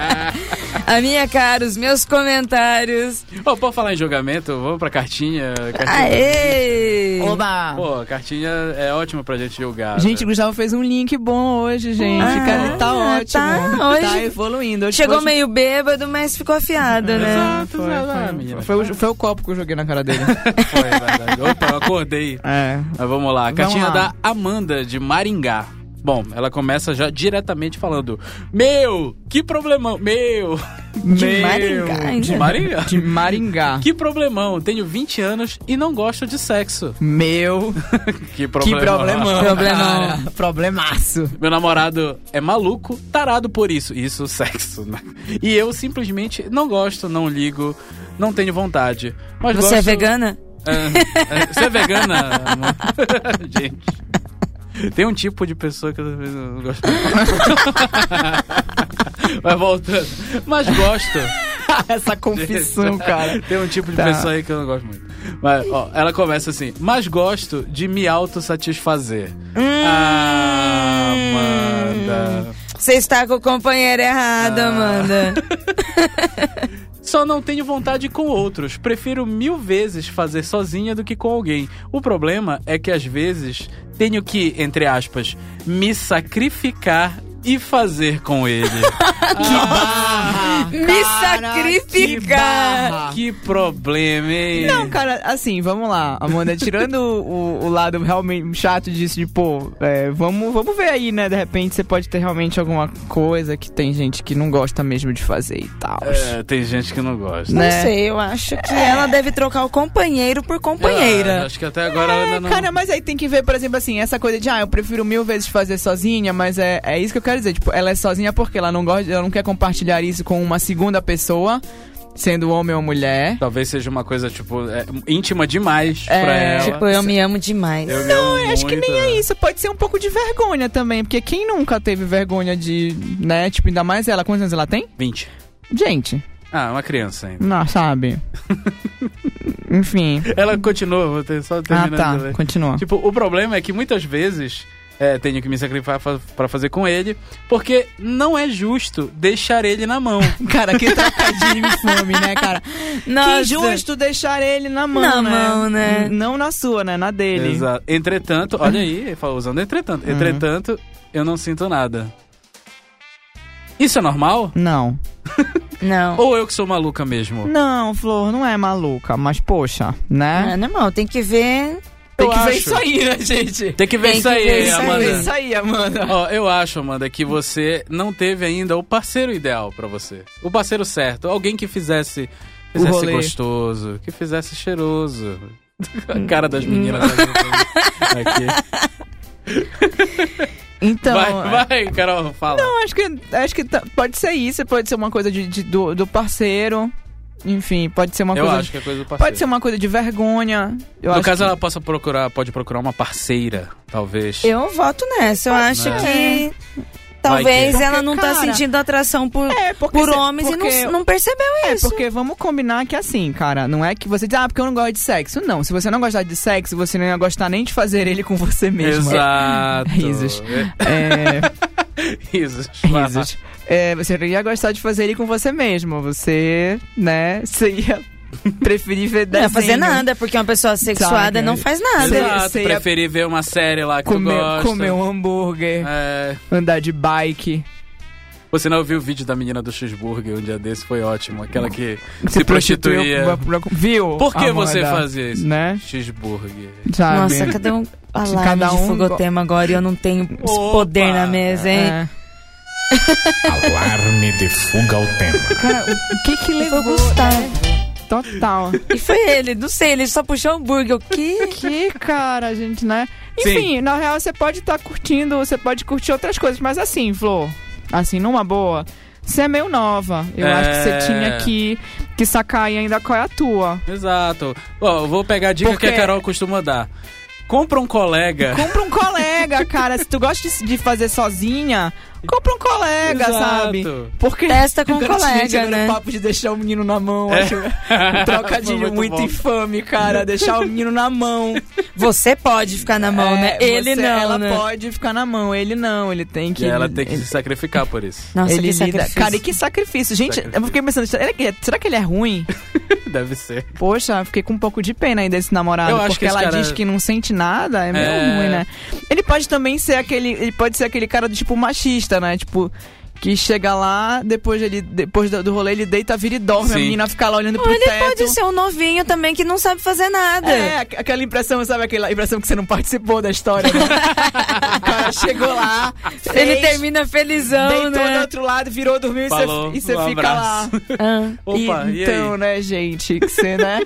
E: A minha cara, os meus comentários.
A: Ô, pô, falar em julgamento, vamos pra cartinha.
E: Tá
A: cartinha.
E: Aê!
D: Oba!
A: Pô, a cartinha é ótima pra gente julgar.
D: Gente, o
A: né?
D: Gustavo fez um link bom hoje, gente.
E: Ah,
D: Cara, tá
E: tá,
D: ótimo. Tá,
E: hoje-
D: evoluindo. Hoje-
E: Chegou
D: hoje-
E: meio bêbado, mas ficou afiado, né?
A: Exato,
D: Foi,
A: exato. Ah,
D: foi,
A: menina.
D: foi o, foi o copo que eu joguei na cara dele.
A: Foi, é verdade. Opa, eu acordei.
D: [LAUGHS] é.
A: Mas vamos lá. A
D: Vamos
A: cartinha
D: lá.
A: da Amanda, de Maringá. Bom, ela começa já diretamente falando: Meu, que problemão. Meu,
D: De
E: Maringá, ainda.
A: de Maringá.
D: De Maringá.
A: Que problemão. Tenho 20 anos e não gosto de sexo.
D: Meu,
A: Que
D: que problemão. [LAUGHS]
E: Problemão.
D: cara. Problemaço. [LAUGHS]
A: Meu namorado é maluco, tarado por isso. Isso, [LAUGHS] sexo, né? E eu simplesmente não gosto, não ligo, não tenho vontade. Mas
E: Você é
A: gosto-
E: vegana?
A: É, é, você é vegana, amor? [LAUGHS] Gente. Tem um tipo de pessoa que eu talvez não gosto. [LAUGHS] Mas voltando. Mas
E: [LAUGHS]
A: gosto.
D: Essa confissão, cara.
A: Tem um tipo de
D: Tá.
A: pessoa aí que eu não gosto muito. Mas, ó, ela começa assim: Mas gosto de me autossatisfazer. Ah, Amanda.
E: Hum. Você está com o companheiro errado, Amanda.
A: Só não tenho vontade com outros. Prefiro mil vezes fazer sozinha do que com alguém. O problema é que às vezes tenho que, entre aspas, me sacrificar e fazer com
D: [LAUGHS]
A: ele?
D: Ah,
E: Me
D: Cara, que
E: sacrificar.
D: barra.
A: que problema, hein?
D: Ah. Não, cara, assim, vamos lá, Amanda, tirando o, o lado realmente chato disso de, pô, é, vamos, vamos ver aí, né? De repente você pode ter realmente alguma coisa que tem gente que não gosta mesmo de fazer e tal.
A: É, tem gente que não gosta.
E: Não
D: né?
E: sei, eu acho que ela deve trocar o companheiro por
A: Ah,
E: companheira.
A: acho que até agora ela ainda não.
D: É, Cara, mas aí tem que ver, por exemplo, assim, essa coisa de, ah, eu prefiro mil vezes fazer sozinha, mas é, é isso que eu quero dizer. Tipo, ela é sozinha porque ela não gosta, ela não quer compartilhar isso com uma segunda pessoa, sendo homem ou mulher.
A: Talvez seja uma coisa, tipo, é, íntima demais
D: É,
A: pra ela.
E: Tipo, eu me amo demais.
A: Eu me amo
D: Eu acho que
A: muito,
D: nem é
A: né?
D: isso, pode ser um pouco de vergonha também, porque quem nunca teve vergonha de, né, tipo, ainda mais ela, quantos anos ela tem?
A: 20.
D: Gente,
A: Ah, uma criança ainda.
D: não, sabe? Enfim.
A: Ela continua, vou ter só
D: Ah,
A: terminando. de
D: tá,
A: ler.
D: continua.
A: Tipo, o problema é que muitas vezes é, tenho que me sacrificar fa- pra fazer com ele, porque não é justo deixar ele
E: [LAUGHS]
A: na mão.
D: Cara, que trocadilho fome, né, cara?
E: Nossa.
D: Que justo deixar ele na mão,
E: Na
D: né?
E: mão, né?
D: Não na sua, né? Na dele.
A: Exato. Entretanto, olha aí, ele fala usando
E: Uhum.
A: entretanto. Entretanto, eu não sinto nada. Isso é normal?
D: Não.
E: Não.
A: Ou eu que sou maluca mesmo?
D: Não, Flor, não é maluca, mas poxa,
E: Não é
D: né?
E: normal, tem que ver.
D: Tem
A: eu
D: que ver
A: acho.
D: isso aí, né, gente?
A: Tem que ver
E: Tem
A: isso
E: que
A: aí,
E: ver isso aí.
D: Tem que
A: É, Amanda.
D: ver isso aí, Amanda.
A: Ó, eu acho, Amanda, que você não teve ainda o parceiro ideal pra você. O parceiro certo. Alguém que fizesse, fizesse
D: rolê.
A: gostoso, que fizesse cheiroso. A
D: Hum.
A: cara das meninas aqui.
D: Então,
A: vai, vai, Carol, fala.
D: eu acho que, acho que tá- pode ser isso, pode ser uma coisa de, de- do, do parceiro, enfim, pode ser uma
A: eu
D: coisa...
A: acho que é coisa do parceiro.
D: Pode ser uma coisa de vergonha. Eu
A: no
D: acho
A: caso,
D: que-
A: ela possa procurar, pode procurar uma parceira, talvez.
E: Eu voto nessa. Eu acho
A: né?
E: que é.
A: Vai
E: talvez
D: que-
E: ela não tá
D: Porque, cara,
E: sentindo atração por,
D: É, porque
E: por
D: cê-
E: homens e
D: porque-
E: não, não percebeu
D: É,
E: isso.
D: porque vamos combinar que assim, cara, não é que você diz, ah, porque eu não gosto de sexo. Não, se você não gostar de sexo, você não ia gostar nem de fazer ele com você mesmo.
A: Exato.
D: Risos. É,
A: [LAUGHS] Risos.
D: risos. É, você não ia gostar de fazer ele com você mesmo. Você, né, você
A: [LAUGHS]
D: ia preferir ver
E: Não
D: desenho.
E: vai né? fazer nada, porque uma pessoa sexuada
D: é Sabe?
E: não faz nada.
A: Exato.
D: Você ia-
A: Preferi ver uma série lá que tu
D: Comer,
A: gosta.
D: comer um hambúrguer,
A: É,
D: andar de bike.
A: Você não viu o vídeo da menina do cheeseburger um dia desse? Foi ótimo. Aquela que
D: Se,
A: se
D: prostituiu
A: prostituía.
D: pra- pra- Viu?
A: Por que
D: Amanda?
A: você fazia isso?
D: é Né?
A: Cheeseburger.
D: Sabe?
E: Nossa, cadê um alarme
D: Cada
E: de
D: um
E: fogotema agora e eu não tenho esse
A: Opa!
E: poder na mesa, hein?
D: É.
F: Alarme de fuga ao tempo.
D: Cara, o que que
E: Foi o
D: levou?
E: Gustavo.
D: Total.
E: E foi ele, não sei, ele só puxou o hambúrguer. O que?
D: Que cara, gente, né? Enfim, na real, você pode estar curtindo, você pode curtir outras coisas, mas assim, Flor, assim, numa boa, você é meio nova. Eu
A: É.
D: acho que você tinha que, que sacar aí ainda qual é a tua.
A: Exato. Ó, eu vou pegar a dica
D: Porque-
A: que a Carol costuma dar. Compra um colega.
D: Compra um colega,
A: [LAUGHS]
D: cara. Se tu gosta de, de fazer sozinha, compra um colega,
A: Exato.
D: sabe? Porque. [LAUGHS]
E: Testa com um
D: Agora, gente,
E: colega,
D: agora
E: né?
D: o papo de deixar o menino na mão, acho um
A: [LAUGHS]
D: trocadilho
A: É. Foi
D: muito,
A: muito bom.
D: infame, cara. Deixar o menino na mão.
E: Você pode ficar na mão, né?
D: É,
E: Ele
D: você-
E: não,
D: Ela
E: né?
D: pode ficar na mão, ele não. Ele tem que.
A: E ela tem que
D: ele-
A: se sacrificar por isso.
E: Nossa,
D: ele
E: que
D: lida-
E: sacrifício.
D: Cara, e que sacrifício. Gente,
A: Sacrifício.
D: eu fiquei pensando, será que, será que ele é ruim?
A: Deve ser.
D: Poxa, eu fiquei com um pouco de pena aí desse namorado.
A: Eu acho
D: porque
A: que esse
D: ela
A: cara-
D: diz que não sente nada, é meio
A: É.
D: ruim, né? Ele pode também ser aquele. Ele pode ser aquele cara do tipo machista, né? Tipo. Que chega lá, depois, ele, depois do do rolê, ele deita, vira e dorme. A
A: Sim.
D: menina fica lá olhando pro
E: Ou ele
D: teto.
E: pode ser um novinho também que não sabe fazer nada.
D: É, aqu- aquela impressão, sabe? Aquela impressão que você não participou da história.
E: [LAUGHS]
D: Né? o cara chegou lá,
E: Ele
D: fez,
E: termina felizão,
D: deitou do
E: né?
D: outro lado, virou, dormiu e você-
A: Falou,
D: e você
A: um
D: fica lá.
A: abraço.
E: Ah.
A: Opa, e,
D: então,
A: aí?
D: né, gente? Que você,
A: [LAUGHS]
D: né?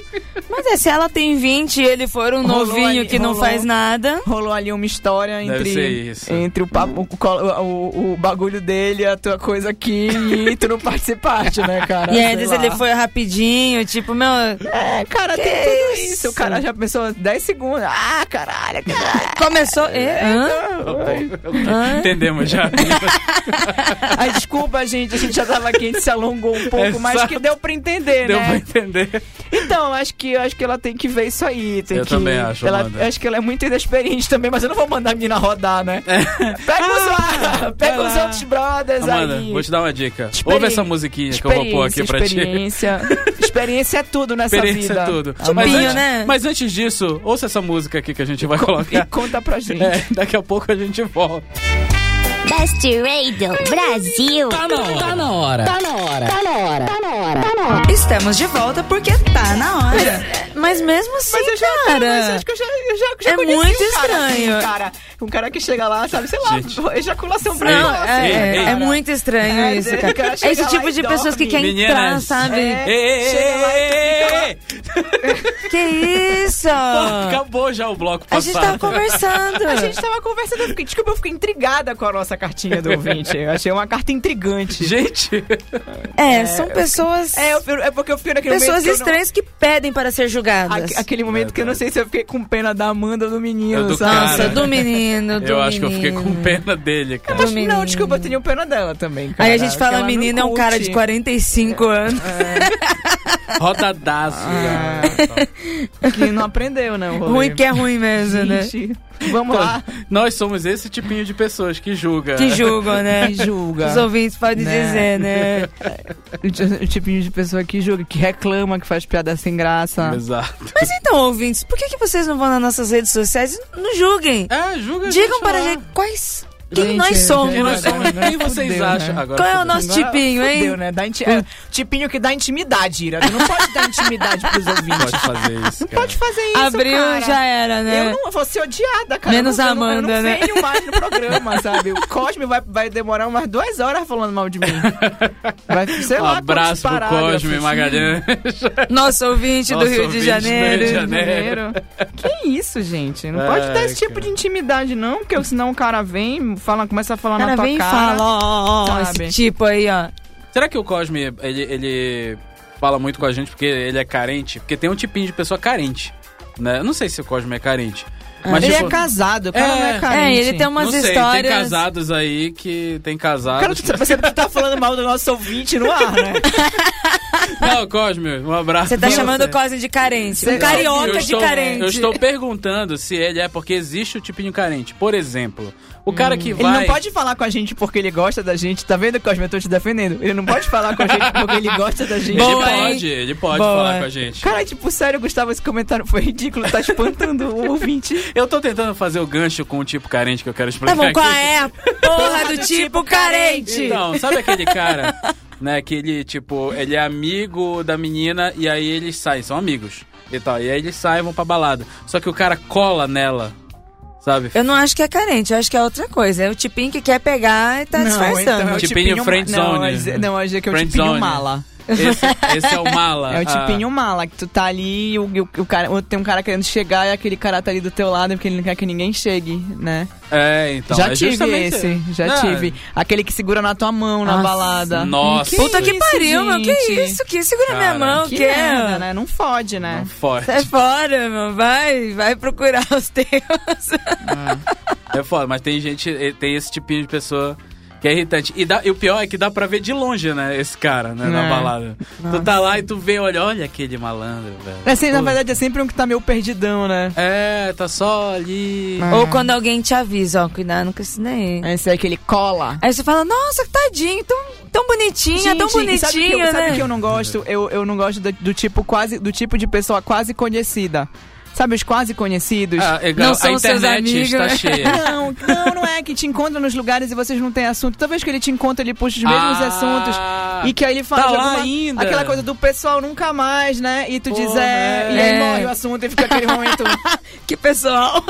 E: Mas é, se ela tem 20 e ele for um
D: Rolou
E: novinho
D: ali,
E: que não
D: rolou.
E: faz nada.
D: Rolou ali uma história
A: Deve
D: entre,
A: ser isso.
D: entre o, papo, o, colo- o- o bagulho dele, a tua coisa aqui e tu não participaste, né, cara?
E: E aí,
D: Sei
E: às vezes
D: lá.
E: ele foi rapidinho, tipo, meu.
D: É, cara,
E: Que
D: tem tudo isso.
E: isso?
D: O cara já pensou 10 segundos. Ah, caralho,
A: [LAUGHS]
D: caralho.
E: Começou. É, hã?
D: então, tá né?
E: Hã?
D: [LAUGHS]
A: Entendemos já.
D: Ai, desculpa, gente, a gente já tava aqui, a gente se alongou um pouco, mas
A: Exato.
D: que deu pra entender,
A: Deu pra
D: né?
A: entender.
D: Então, acho que, acho que ela tem que ver isso aí. tem
A: Eu
D: que-
A: também acho,
D: ela-
A: Amanda.
D: acho que ela é muito inexperiente também, mas eu não vou mandar a menina rodar, né? Pega, os,
A: [LAUGHS]
D: pega
A: É. vai
D: os
A: lá.
D: outros brothers
A: Amanda,
D: aí.
A: vou te dar uma dica.
D: Experi-
A: Ouve essa musiquinha que eu vou pôr aqui pra ti.
D: experiência. experiência é tudo nessa
A: [LAUGHS] Experiência
D: vida. um
A: é tudo. mas,
E: Tipinho,
A: antes,
E: né?
A: mas antes disso, ouça essa música aqui que a gente vai
D: [LAUGHS] E
A: colocar.
D: conta pra gente.
A: É, daqui a pouco a gente volta.
G: Best Radio Brasil.
H: Tá na hora. Tá na hora. Tá na hora.
E: Estamos de volta porque tá na hora. Mas mesmo assim,
D: é. Mas eu já, mas eu
E: cara.
D: acho que eu já, eu já, já
E: É
D: conheci
E: muito
D: um cara assim,
E: estranho.
D: cara. Um cara que chega lá, sabe, sei lá,
A: Gente.
D: ejaculação assim,
E: Não,
D: precoce.
E: é, é,
A: ei,
E: é muito estranho
D: né? É,
E: isso,
D: o cara
E: cara. É
D: chega
E: esse
D: lá
E: tipo
D: e
E: de pessoas que
D: dorme.
E: querem entrar,
D: né?
A: Meninas.
E: sabe?
D: É.
A: Ei, ei,
D: Chega lá
A: ei, ei, ei, ei.
E: Que isso?
D: [LAUGHS]
A: Acabou já o bloco
E: Ah. A gente tá
A: passado.
E: tava conversando.
D: A gente tava conversando, eu fiquei, desculpa, eu fiquei intrigada com a nossa cartinha do ouvinte. Eu achei uma carta intrigante.
A: Gente,
E: É, são pessoas.
D: É, eu- eu- é porque eu fiquei naquele momento.
E: pessoas
D: que eu não-
E: estranhas que pedem para ser julgadas.
D: Aque- Aquele momento que eu não sei se eu fiquei com pena da Amanda ou do menino,
A: Eu do
D: sabe?
E: Nossa,
A: Cara.
E: do menino, do
A: eu acho que eu fiquei
E: menino.
A: com pena dele, cara.
E: Do menino.
D: Não, desculpa, eu tenho pena dela também. Cara,
E: Aí a gente
D: que ela
E: fala,
D: não
E: menino é um
D: curte. É.
E: cara de 45 anos.
A: Rodadaço.
D: Ah, tá. que não aprendeu, né? O rolê.
E: Ruim que é ruim mesmo, né?
D: Gente, Vamos lá.
A: Nós somos esse tipinho de pessoas que julga.
E: Que julgam, né?
D: Que julga.
E: Os ouvintes podem
D: Né?
E: dizer, né?
D: O ti- o tipinho de pessoa que julga, que reclama, que faz piada sem graça.
A: [LAUGHS] Exato.
E: Mas então, ouvintes, por que, que vocês não vão nas nossas redes sociais e nos julguem?
A: É, julga.
E: Digam
A: gente
E: para a
A: lá.
E: gente quais. Quem
D: Gente,
E: nós
D: é
E: somos.
A: Quem nós somos?
D: Agora
A: Quem vocês
D: fudeu,
A: acham?
D: né?
A: Agora
E: Qual é o
A: fudeu.
E: nosso tipinho, hein?
D: Fudeu, né? Dá inti- é, tipinho que dá intimidade, Ira. Tu não pode dar intimidade pros ouvintes.
A: Pode fazer isso, cara.
D: Pode fazer isso,
E: Abril
D: cara.
E: já era, né?
D: Eu não vou ser odiada, cara.
E: Menos
D: eu não, eu não-
E: Amanda,
D: eu não
E: né?
D: venho mais no [LAUGHS] programa, sabe? O Cosme vai, vai demorar umas duas horas falando mal de mim. Vai, sei
A: Um
D: lá,
A: abraço pro
D: quantos
A: Cosme
D: parágrafos.
A: Magalhães.
E: Nosso ouvinte
A: Nosso
E: do Rio
A: ouvinte
E: de
A: do Rio de
E: Janeiro.
A: Janeiro.
D: Janeiro. Que isso, gente? Não pode
A: Ai,
D: dar esse tipo
A: cara.
D: de intimidade, não, porque senão o cara vem, fala, começa a falar
E: O cara
D: na tua
E: vem e
D: cara.
E: fala, ó, ó, ó, esse
D: sabe?
E: tipo aí, ó.
A: Será que o Cosme, ele, ele fala muito com a gente porque ele é carente? Porque tem um tipinho de pessoa carente, né? Eu não sei se o Cosme é carente. Mas,
D: ele
A: tipo,
D: é casado, o cara não
A: É.
D: é carente.
E: É, ele tem umas
A: não sei,
E: histórias.
A: tem casados aí que... Tem
D: Cara,
A: casados...
D: tu- você tá falando mal do nosso ouvinte no ar, né?
A: Não, Cosme, um abraço.
E: Você tá
A: pra
E: chamando o Cosme de carente. Um carioca
A: Eu
E: de
A: estou-
E: carente. Tá
A: Eu estou perguntando se ele é porque existe o tipinho carente. Por exemplo, o cara
E: Hum.
A: que
D: Ele
A: vai...
D: não pode falar com a gente porque ele gosta da gente, tá vendo, Cosme? Eu tô te defendendo. Ele não pode falar com a gente porque ele gosta da gente.
A: Ele
E: Boa,
A: pode, ele pode
E: Boa.
A: falar com a gente.
D: Cara, tipo, sério, Gustavo, esse comentário foi ridículo, tá espantando
E: [LAUGHS]
D: o ouvinte.
A: Eu tô tentando fazer o gancho com o tipo carente que eu quero explicar
E: Tá bom,
A: aqui.
E: qual é a porra do tipo carente?
A: Então, sabe aquele cara, né, que ele, tipo, ele é amigo da menina e aí eles saem, são amigos e tal. E aí eles saem e vão pra balada. Só que o cara cola nela, sabe?
E: Eu não acho que é carente, eu acho que é outra coisa. É o tipinho que quer pegar e tá disfarçando.
D: é o
A: então, Tipinho friendzone.
D: Não, mas- Não, hoje é que é o
A: Friendzone.
D: tipinho mala.
A: Esse, esse é o mala.
D: É o
A: Ah,
D: tipinho mala, que tu tá ali e o, e o- o cara, ou tem um cara querendo chegar e aquele cara tá ali do teu lado porque ele não quer que ninguém chegue, né?
A: é, então.
D: já
A: é
D: tive
A: justamente-
D: esse, já
A: Não,
D: tive. Aquele que segura na tua mão na
E: Nossa.
D: balada.
A: Nossa.
E: Puta que
D: isso,
E: pariu, meu. Que
D: gente?
E: isso? Que segura minha
A: Cara,
E: mão,
D: Que
E: que
D: merda,
E: é?
D: né? Não fode, né?
A: Não, forte.
E: Sai fora, meu. Vai, vai procurar os teus.
A: É foda, mas tem gente, eh, tem esse tipinho de pessoa que é irritante. E, dá- e o pior é que dá pra ver de longe, né, esse cara, né, na
D: É.
A: balada. Tu tá lá e tu vê, olha, olha aquele malandro, velho.
D: É assim, na
A: Pô.
D: verdade, é sempre um que tá meio perdidão, né?
A: É, tá só ali.
D: Ah.
E: Ou quando alguém te avisa, ó, cuidado com isso daí.
D: Esse é aquele cola.
E: Aí você fala, nossa, tadinho, tão, tão
A: É
E: bonitinha,
D: Gente,
E: tão
D: e
E: bonitinho,
D: sabe que eu,
E: né?
D: sabe que eu não gosto? Eu, eu não gosto do, do tipo quase do tipo de pessoa quase conhecida. Sabe os quase conhecidos?
A: Ah, é,
E: Não
A: a
E: são seus
A: internet
E: amigos,
A: está
E: né?
A: cheia.
D: Não, não, não é que te encontra nos lugares e vocês não têm assunto. Talvez que ele te encontra, ele puxa [LAUGHS] os mesmos
A: Ah,
D: assuntos. E que aí ele fala
A: Tá
D: de
A: lá
D: alguma,
A: ainda.
D: aquela coisa do pessoal nunca mais, né? E tu diz
A: Porra,
D: é, e
E: é.
D: aí morre o assunto e fica aquele
A: [LAUGHS]
D: momento.
E: Que pessoal.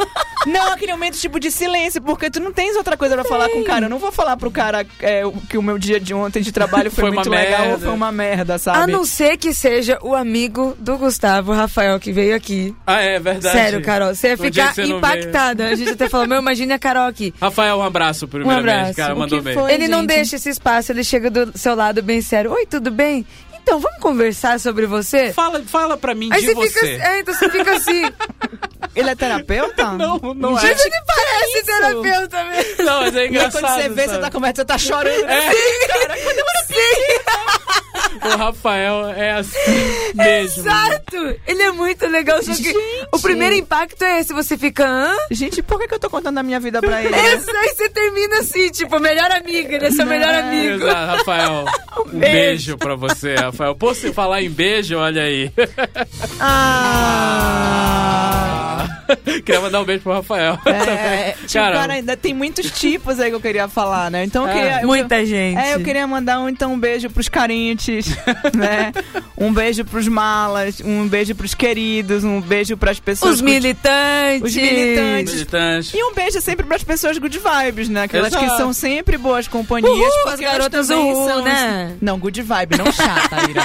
D: não, aquele momento tipo de silêncio, porque tu não tens outra coisa pra falar com o cara. Eu não vou falar pro cara é, o- que o meu dia de ontem de trabalho foi,
A: Foi uma
D: muito legal ou
A: merda. Ah,
D: foi uma merda,
E: A
D: sabe?
E: não ser que seja o amigo do Gustavo Rafael que veio aqui.
A: Ah, é verdade.
E: Sério, Carol, você ia
A: Um dia
E: ficar
A: que você não
E: impactada. A gente até falou, meu, imagine a Carol aqui.
A: Rafael, um abraço, primeiramente.
E: abraço.
A: Cara,
E: O
A: mandou
D: que
A: bem.
D: foi? Oi,
E: Ele não
D: gente.
E: deixa esse espaço, ele chega do seu lado bem sério. Oi, tudo bem? Então, vamos conversar sobre você?
A: Fala, fala pra mim
E: Aí
A: de
E: você
A: você.
E: fica, é, então você fica
A: [LAUGHS]
E: assim.
D: Ele é terapeuta?
A: Não, não é.
E: Gente, ele parece terapeuta mesmo.
A: Não, mas é
D: E aí,
A: engraçado.
D: quando você vê, você
A: sabe?
D: tá conversando, você tá chorando.
A: É.
D: Cara, quando eu era
A: O Rafael é
D: [LAUGHS]
A: assim mesmo.
E: Exato! Ele é muito legal, só que o primeiro impacto é esse, você fica, hã?
D: Gente, por que, que eu tô contando a minha vida pra ele?
A: É.
E: Esse, aí você termina assim, tipo, melhor amiga, ele é seu melhor amigo.
A: Exato,
D: [LAUGHS]
A: Rafael. Um beijo pra você, Rafael. Por se falar em beijo, olha aí.
D: ah!
A: [LAUGHS] Queria mandar um beijo pro Rafael.
D: É, tipo,
A: Cara,
D: cara, ainda tem muitos tipos aí que eu queria falar, né? Então eu
A: É.
D: queria. eu-
E: Muita gente.
D: É, eu queria mandar um, então, um beijo pros carentes, né? Um beijo pros malas, um beijo pros queridos, um beijo pras pessoas.
E: Os
D: good-
E: militantes.
D: Os militantes.
A: Militante.
D: E um beijo sempre pras pessoas good vibes, né? Aquelas que
A: Exato.
D: são sempre boas companhias.
E: Uhul,
D: porque
E: as
D: elas
E: garotas
D: também
E: uhul,
D: são-
E: né?
D: Não, good vibe, não chata, Ira.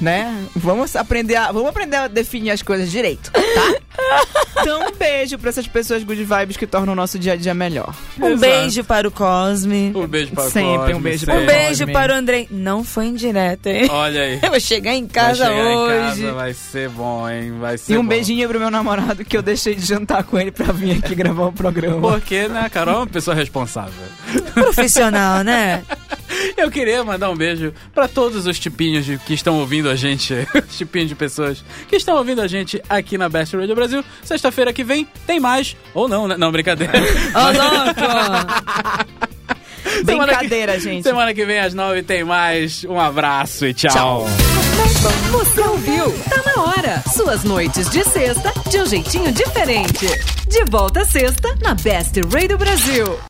D: né? Vamos aprender, a, vamos aprender a definir as coisas direito, tá? Então, um beijo pra essas pessoas good vibes que tornam o nosso dia a dia melhor.
E: Um beijo para o Cosme.
A: Um beijo para o
D: Sempre
A: Cosme,
D: um beijo
A: sempre.
D: pro
E: Um
D: É,
E: beijo
D: Cosme.
E: para o Andrei. Não foi indireta,
A: [LAUGHS]
E: hein?
A: Olha aí.
E: Eu vou chegar em
A: Vai
E: casa
A: chegar em
E: hoje.
A: casa, vai ser bom, hein? Vai ser
D: E um
A: é bom.
D: beijinho pro meu namorado que eu deixei de jantar com ele pra vir aqui gravar o programa.
A: Porque, né, a Carol é uma pessoa responsável.
E: Profissional, né?
A: Eu queria mandar um beijo pra todos os tipinhos de- que estão ouvindo a gente, [LAUGHS] os tipinhos de pessoas que estão ouvindo a gente aqui na Best Radio Brasil. Sexta-feira que vem tem mais, ou não, né? Não, [LAUGHS] brincadeira.
E: Ô, louco!
D: Brincadeira, gente.
A: Semana que vem às nove tem mais. Um abraço e tchau.
C: Você ouviu? Tá na hora. Suas noites de sexta de um jeitinho diferente. De volta à sexta na Best Ray do Brasil.